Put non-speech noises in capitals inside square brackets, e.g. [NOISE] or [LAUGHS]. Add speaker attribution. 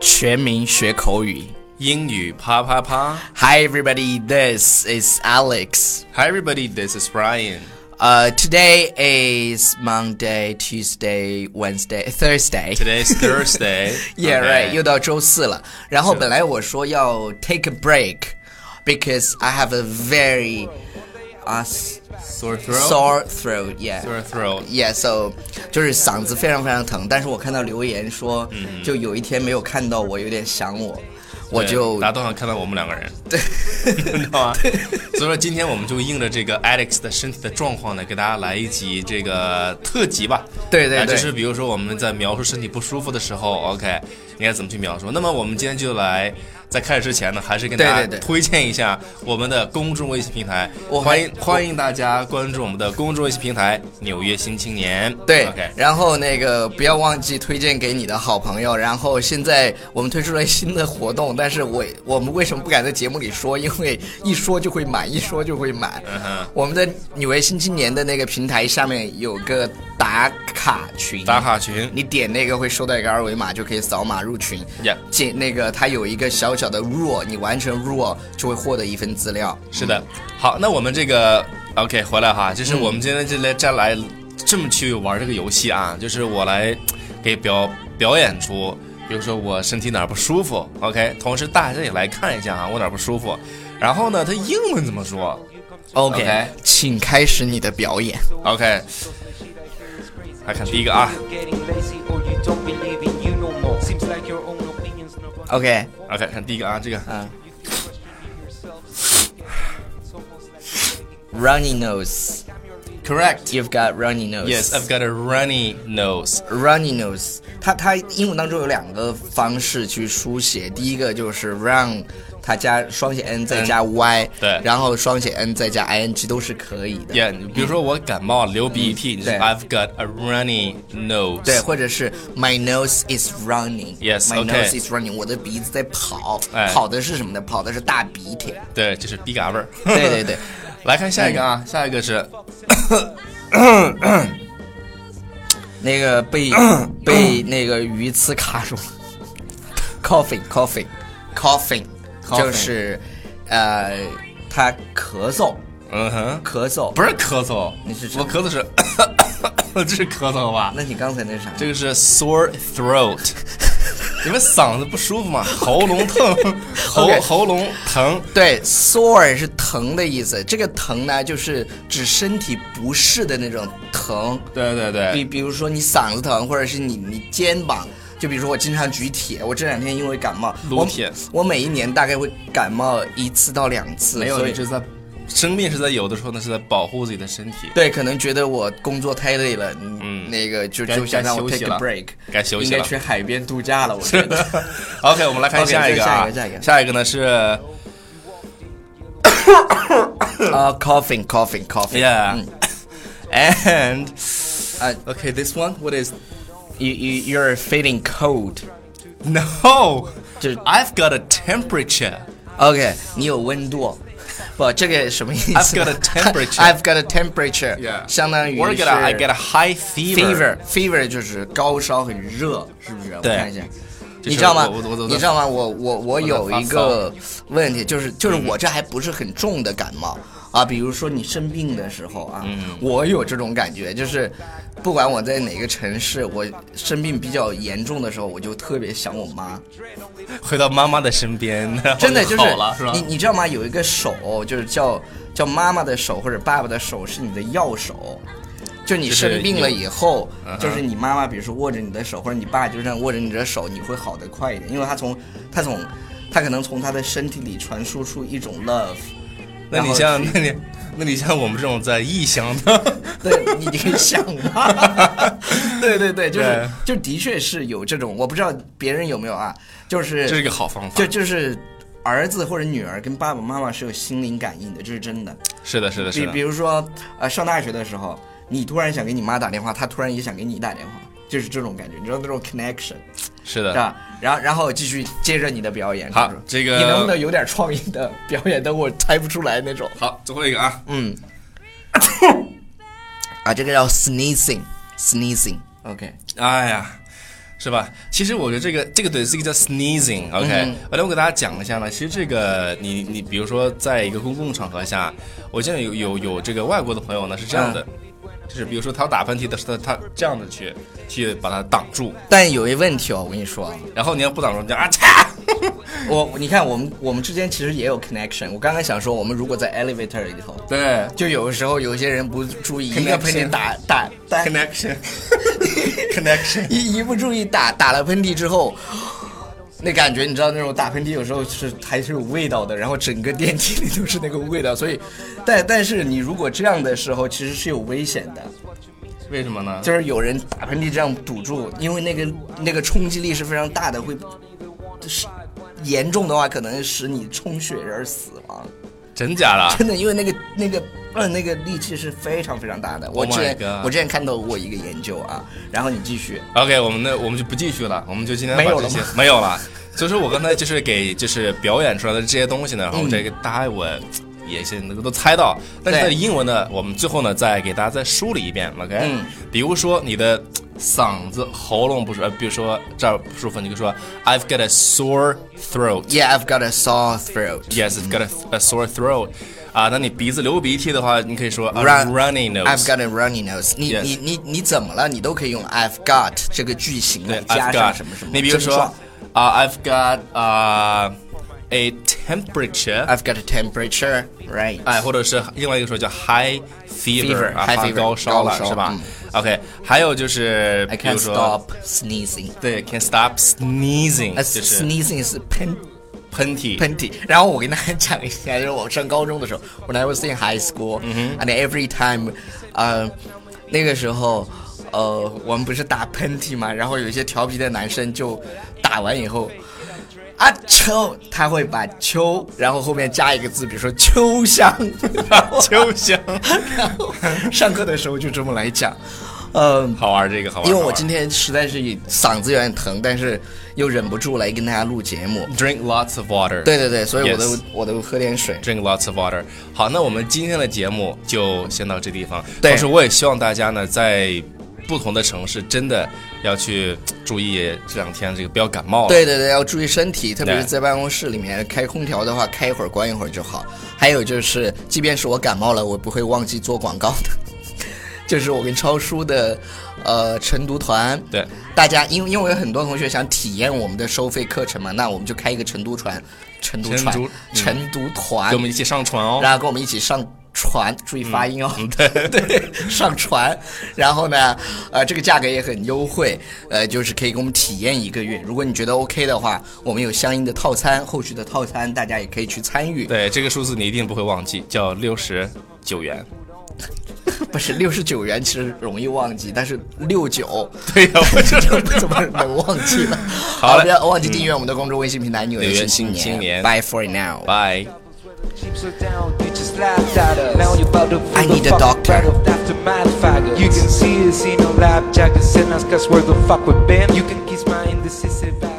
Speaker 1: 全民学口语。
Speaker 2: 英语啪啪啪
Speaker 1: Hi everybody, this is Alex.
Speaker 2: ！Hi everybody, this is Brian.
Speaker 1: Uh, today is Monday, Tuesday, Wednesday, Thursday.
Speaker 2: Today's Thursday.
Speaker 1: [LAUGHS] Yeah,
Speaker 2: Okay.
Speaker 1: right. 又到周四了。然后本来我说要 take a break because I have a very uh
Speaker 2: sore throat.
Speaker 1: sore throat. Yeah.
Speaker 2: Sore throat.
Speaker 1: Yeah, so 就是嗓子非常非常疼，但是我看到留言说，就有一天没有看到我，有点想我，我
Speaker 2: 对
Speaker 1: 就
Speaker 2: 大家都想看到我们两个人， [LAUGHS] 对，知道吗？所以说今天我们就应着这个 Alex 的身体的状况呢，给大家来一集这个特辑吧。
Speaker 1: 对对
Speaker 2: 啊
Speaker 1: 对
Speaker 2: 就是比如说我们在描述身体不舒服的时候，OK，应该怎么去描述？那么我们今天就来。在开始之前呢，还是跟大
Speaker 1: 对
Speaker 2: 家
Speaker 1: 对对
Speaker 2: 推荐一下我们的公众微信平台，
Speaker 1: 我还
Speaker 2: 欢迎欢迎大家关注我们的公众微信平台《纽约新青年》。
Speaker 1: 对
Speaker 2: ，OK，
Speaker 1: 然后那个不要忘记推荐给你的好朋友。然后现在我们推出了新的活动，但是我我们为什么不敢在节目里说？因为一说就会满，一说就会满。
Speaker 2: 嗯哼
Speaker 1: 我们的女为新青年的那个平台下面有个打卡群，
Speaker 2: 打卡群，
Speaker 1: 你点那个会收到一个二维码，就可以扫码入群。
Speaker 2: Yeah
Speaker 1: 进那个它有一个小小的 rule，你完成 rule 就会获得一份资料。
Speaker 2: 是的，好，那我们这个 OK 回来哈，就是我
Speaker 1: 嗯
Speaker 2: 们今天就来再来这么去玩这个游戏啊，就是我来给表表演出，比如说我身体哪儿不舒服，OK，同时大家也来看一下啊，我哪儿不舒服，然后呢，它英文怎么说
Speaker 1: OK，,
Speaker 2: OK
Speaker 1: 请开始你的表演。
Speaker 2: ？OK，来看第一个啊
Speaker 3: Getting lazy or you don't believe in you no more. Seems like your own opinions no one-
Speaker 1: OK，
Speaker 2: ，OK，看第一个啊，这个
Speaker 1: 嗯、
Speaker 3: You keep questioning yourself. It's almost like you're taking
Speaker 1: r u n n y nose。
Speaker 3: time you're reading
Speaker 2: correct。
Speaker 1: You've got runny nose.
Speaker 2: Yes, I've got a runny nose.
Speaker 1: runny nose 它。它英文当中有两个方式去书写，第一个就是 run，它加双写 n 再加 y，、
Speaker 2: 嗯对
Speaker 1: 然后双写 n 再加 ing 都是可以的。
Speaker 2: Yeah，比如说我感冒流鼻涕，你说
Speaker 1: 嗯对
Speaker 2: I've got a runny nose。
Speaker 1: 对，或者是 My nose is running.
Speaker 2: Yes,
Speaker 1: my
Speaker 2: okay.
Speaker 1: nose is running. 我的鼻子在跑，
Speaker 2: 哎
Speaker 1: 跑的是什么呢？跑的是大鼻涕。
Speaker 2: 对，啊就是 [LAUGHS] 逼嘎味儿。
Speaker 1: 对对对，
Speaker 2: 来看下一个啊，下一个是
Speaker 1: 那个被
Speaker 2: [COUGHS]
Speaker 1: 被那个鱼刺卡住，coughing coughing coughing，
Speaker 2: Coughing
Speaker 1: 就是呃，他咳嗽
Speaker 2: 嗯哼，
Speaker 1: 咳嗽，
Speaker 2: 不是咳嗽，
Speaker 1: 你是
Speaker 2: 我咳嗽是，这是 [COUGHS] 咳嗽吧？
Speaker 1: 那你刚才那啥？
Speaker 2: 这个是 sore throat，你们嗓子不舒
Speaker 1: [LAUGHS]
Speaker 2: 服吗？喉咙痛，喉
Speaker 1: OK
Speaker 2: 喉咙疼。
Speaker 1: 对，sore 是疼的意思，这个疼呢，就是指身体不适的那种疼。
Speaker 2: 对对
Speaker 1: 比
Speaker 2: 对，
Speaker 1: 比如说你嗓子疼，或者是你你肩膀，就比如说我经常举铁，我这两天因为感冒，
Speaker 2: 撸
Speaker 1: 我
Speaker 2: 铁
Speaker 1: 我每一年大概会感冒一次到两次，
Speaker 2: 没有，
Speaker 1: 所
Speaker 2: 你
Speaker 1: 以
Speaker 2: 是在生病是在有的时候呢是在保护自己的身体。 [LAUGHS]
Speaker 1: 对，可能觉得我工作太累了，嗯，
Speaker 2: 嗯
Speaker 1: 那个就
Speaker 2: 该
Speaker 1: 就想让我
Speaker 2: 该休息
Speaker 1: take a
Speaker 2: 了
Speaker 1: break，
Speaker 2: 该休息
Speaker 1: 应该
Speaker 2: 了
Speaker 1: 去海边度假了，我觉得。
Speaker 2: OK，我们来看
Speaker 1: OK，
Speaker 2: 下一个啊，
Speaker 1: 下一个下一个嗯
Speaker 2: 下一个呢是
Speaker 1: [LAUGHS] 啊，coughing coughing coughing，
Speaker 2: yeah
Speaker 1: 嗯
Speaker 2: and
Speaker 1: 啊
Speaker 2: OK this one what is
Speaker 1: ，you you you're feeling cold，
Speaker 2: no
Speaker 1: 就
Speaker 2: I've got a temperature。
Speaker 1: OK，你有温度。不，这个什么意思
Speaker 2: I've got a temperature.
Speaker 1: [LAUGHS] I've got a temperature.
Speaker 2: Yeah.
Speaker 1: 相当于
Speaker 2: We're
Speaker 1: 是
Speaker 2: gonna I get a high
Speaker 1: fever
Speaker 2: fever.
Speaker 1: fever 就是高烧很热，是不是？
Speaker 2: 对
Speaker 1: 我看一下。
Speaker 2: 这
Speaker 1: 你
Speaker 2: 是
Speaker 1: 知道吗
Speaker 2: 我我我？我
Speaker 1: 你知道吗？我我我有一
Speaker 2: 我
Speaker 1: 个问题，就是就是
Speaker 2: 嗯
Speaker 1: 我这还不是很重的感冒啊，比如说你生病的时候啊，
Speaker 2: 嗯
Speaker 1: 我有这种感觉，就是不管我在哪个城市，我生病比较严重的时候，我就特别想我妈。
Speaker 2: 回到妈妈的
Speaker 1: [LAUGHS]
Speaker 2: 身边，然后
Speaker 1: 真的就是
Speaker 2: 好了，是吧
Speaker 1: 你？你知道吗？有一个手就是叫叫妈妈的手或者爸爸的手是你的右手，就你
Speaker 2: 就是
Speaker 1: 生病了
Speaker 2: 有
Speaker 1: 以后，
Speaker 2: 嗯哼
Speaker 1: 就是你妈妈比如说握着你的手或者你爸就这样握着你的手，你会好得快一点，因为他从他从他可能从他的身体里传输出一种 love。
Speaker 2: 那你
Speaker 1: 然后
Speaker 2: [LAUGHS] 像那你那你像我们这种在异乡
Speaker 1: [LAUGHS]
Speaker 2: 的，
Speaker 1: 对，你可以想
Speaker 2: [LAUGHS]
Speaker 1: 嘛。对对对，就是
Speaker 2: 对
Speaker 1: 就的确是有这种，我不知道别人有没有啊，就是
Speaker 2: 这是一个好方法
Speaker 1: 就。就是儿子或者女儿跟爸爸妈妈是有心灵感应的，这是真的。
Speaker 2: 是的，是的，
Speaker 1: 比
Speaker 2: 是
Speaker 1: 比
Speaker 2: 的。
Speaker 1: 如说，呃，上大学的时候，你突然想给你妈打电话，她突然也想给你打电话，就是这种感觉，你知道那种 connection，
Speaker 2: 是
Speaker 1: 是
Speaker 2: 的，
Speaker 1: 吧？然后然后继续接着你的表演。
Speaker 2: 好呃
Speaker 1: 是不是
Speaker 2: 这个
Speaker 1: 你能不能有点创意的表演，等我猜不出来那种？
Speaker 2: 好，最后一个啊， [LAUGHS]
Speaker 1: 嗯，啊，这个叫 sneezing，sneezing，OK，、
Speaker 2: 哎呀，是吧？其实我觉得这个这个对这个叫 sneezing，OK、
Speaker 1: 嗯
Speaker 2: 完了，我给大家讲一下呢，其实这个你你比如说在一个公共场合下，我见有有有这个外国的朋友呢是这样的，
Speaker 1: 嗯
Speaker 2: 就是比如说他要打喷嚏的时候，他他这样的去去把它挡住，
Speaker 1: 但有一问题哦，我跟你说啊，
Speaker 2: 然后你要不挡住，你就啊嚓，
Speaker 1: 我你看我们我们之间其实也有 connection。我刚刚想说，我们如果在 elevator 里头，
Speaker 2: 对
Speaker 1: 就有时候有些人不注意，一个喷嚏
Speaker 2: Connection
Speaker 1: 打打打，
Speaker 2: ，connection connection，
Speaker 1: [LAUGHS] 一一不注意打打了喷嚏之后。那感觉你知道，那种打喷嚏有时候是还是有味道的，然后整个电梯里都是那个味道，所以，但但是你如果这样的时候，其实是有危险的，
Speaker 2: 为什么呢？
Speaker 1: 就是有人打喷嚏这样堵住，因为那个那个冲击力是非常大的，会是严重的话可能使你充血而死亡。
Speaker 2: 真假的？
Speaker 1: 真的，因为那个那个呃那个力气是非常非常大的。我
Speaker 2: Oh my
Speaker 1: 之前、
Speaker 2: God
Speaker 1: 我之前看到过一个研究啊，然后你继续，
Speaker 2: OK，我们那我们就不继续了，我们就今天把
Speaker 1: 没有了
Speaker 2: 这些
Speaker 1: 吗
Speaker 2: 没有了。所以说我刚才就是给就是表演出来的这些东西呢，然后
Speaker 1: 嗯
Speaker 2: 这个大家我也是能够都猜到，但是它的
Speaker 1: 对
Speaker 2: 英文呢，我们最后呢再给大家再梳理一遍，OK？、
Speaker 1: 嗯
Speaker 2: 比如说你的嗓子喉咙不舒服，呃比如说这儿不舒服，你就说 I've got a sore throat。
Speaker 1: Yeah, I've got a sore throat.
Speaker 2: Yes, I've got a, a sore throat。啊，那你鼻子流鼻涕的话，你可以说 a
Speaker 1: Run-
Speaker 2: runny nose。
Speaker 1: I've got a runny nose 你。
Speaker 2: Yes
Speaker 1: 你你你怎么了？你都可以用 I've got 这个句型来
Speaker 2: 对
Speaker 1: 加
Speaker 2: ，I've
Speaker 1: 上
Speaker 2: got
Speaker 1: 什么什么
Speaker 2: 你比如
Speaker 1: 症
Speaker 2: 说
Speaker 1: 状
Speaker 2: 啊、i v e got 啊、a temperature。
Speaker 1: I've got a temperature, right？
Speaker 2: 哎，或者是另外一个说叫 high fever，
Speaker 1: Fever，
Speaker 2: 啊，
Speaker 1: high
Speaker 2: 发
Speaker 1: fever，
Speaker 2: 高烧了
Speaker 1: 高烧
Speaker 2: 是吧
Speaker 1: 嗯
Speaker 2: ？OK，还有就是，
Speaker 1: I
Speaker 2: 比如
Speaker 1: can't
Speaker 2: 说，
Speaker 1: stop sneezing.
Speaker 2: 对，can stop sneezing，
Speaker 1: 呃
Speaker 2: 就是
Speaker 1: sneezing 是喷
Speaker 2: 喷嚏。 [LAUGHS]
Speaker 1: 喷嚏。然后我跟大家讲一下，就是我上高中的时候，when I was in high
Speaker 2: 嗯
Speaker 1: school，and、every time，呃，那个时候，呃，我们不是打喷嚏嘛，然后有一些调皮的男生就打完以后。啊秋，他会把秋，然后后面加一个字，比如说秋香，
Speaker 2: 秋香，
Speaker 1: 然后上课的时候就这么来讲，嗯，
Speaker 2: 好玩这个好玩。
Speaker 1: 因为我
Speaker 2: 好玩
Speaker 1: 今天实在是嗓子有点疼，但是又忍不住来跟大家录节目，
Speaker 2: drink lots of water，
Speaker 1: 对对对，所以我都
Speaker 2: Yes
Speaker 1: 我都喝点水。
Speaker 2: drink lots of water。好，那我们今天的节目就先到这地方。
Speaker 1: 对
Speaker 2: 同时我也希望大家呢，在不同的城市真的要去注意这两天这个不要感冒了。
Speaker 1: 对对对，要注意身体，特别是
Speaker 2: 对
Speaker 1: 在办公室里面开空调的话，开一会儿关一会儿就好。还有就是，即便是我感冒了，我不会忘记做广告的。 [LAUGHS] 就是我跟超叔的，呃，晨读团，
Speaker 2: 对
Speaker 1: 大家，因为因为有很多同学想体验我们的收费课程嘛，那我们就开一个晨读团，晨读
Speaker 2: 晨
Speaker 1: 团
Speaker 2: 读，嗯
Speaker 1: 晨读团
Speaker 2: 跟我，们一起上船哦。
Speaker 1: 然后跟我们一起上船，注意发音哦。
Speaker 2: 嗯
Speaker 1: 对 [LAUGHS] 对，上船。然后呢，呃，这个价格也很优惠，呃，就是可以给我们体验一个月。如果你觉得 OK 的话，我们有相应的套餐，后续的套餐大家也可以去参与。
Speaker 2: 对，这个数字你一定不会忘记，叫六十九元。
Speaker 1: 不是六十九元，其实容易忘记，但是六
Speaker 2: [LAUGHS]
Speaker 1: 九。 [LAUGHS]
Speaker 2: 对呀、我就是
Speaker 1: 怎么能忘记了？
Speaker 2: 好嘞
Speaker 1: 不要忘记订阅我们的公众微信平台“纽
Speaker 2: 纽约
Speaker 1: 约
Speaker 2: 新
Speaker 1: 新
Speaker 2: 青年
Speaker 1: Bye for now。
Speaker 2: 拜。
Speaker 3: Chips are down, you just laughed at us. Now you're about to
Speaker 1: I need a
Speaker 3: fucking
Speaker 1: doctor.
Speaker 3: right off after mad faggots. You can see us in our lab jackets and ask us where the fuck we've been. You can kiss my indecisive ass.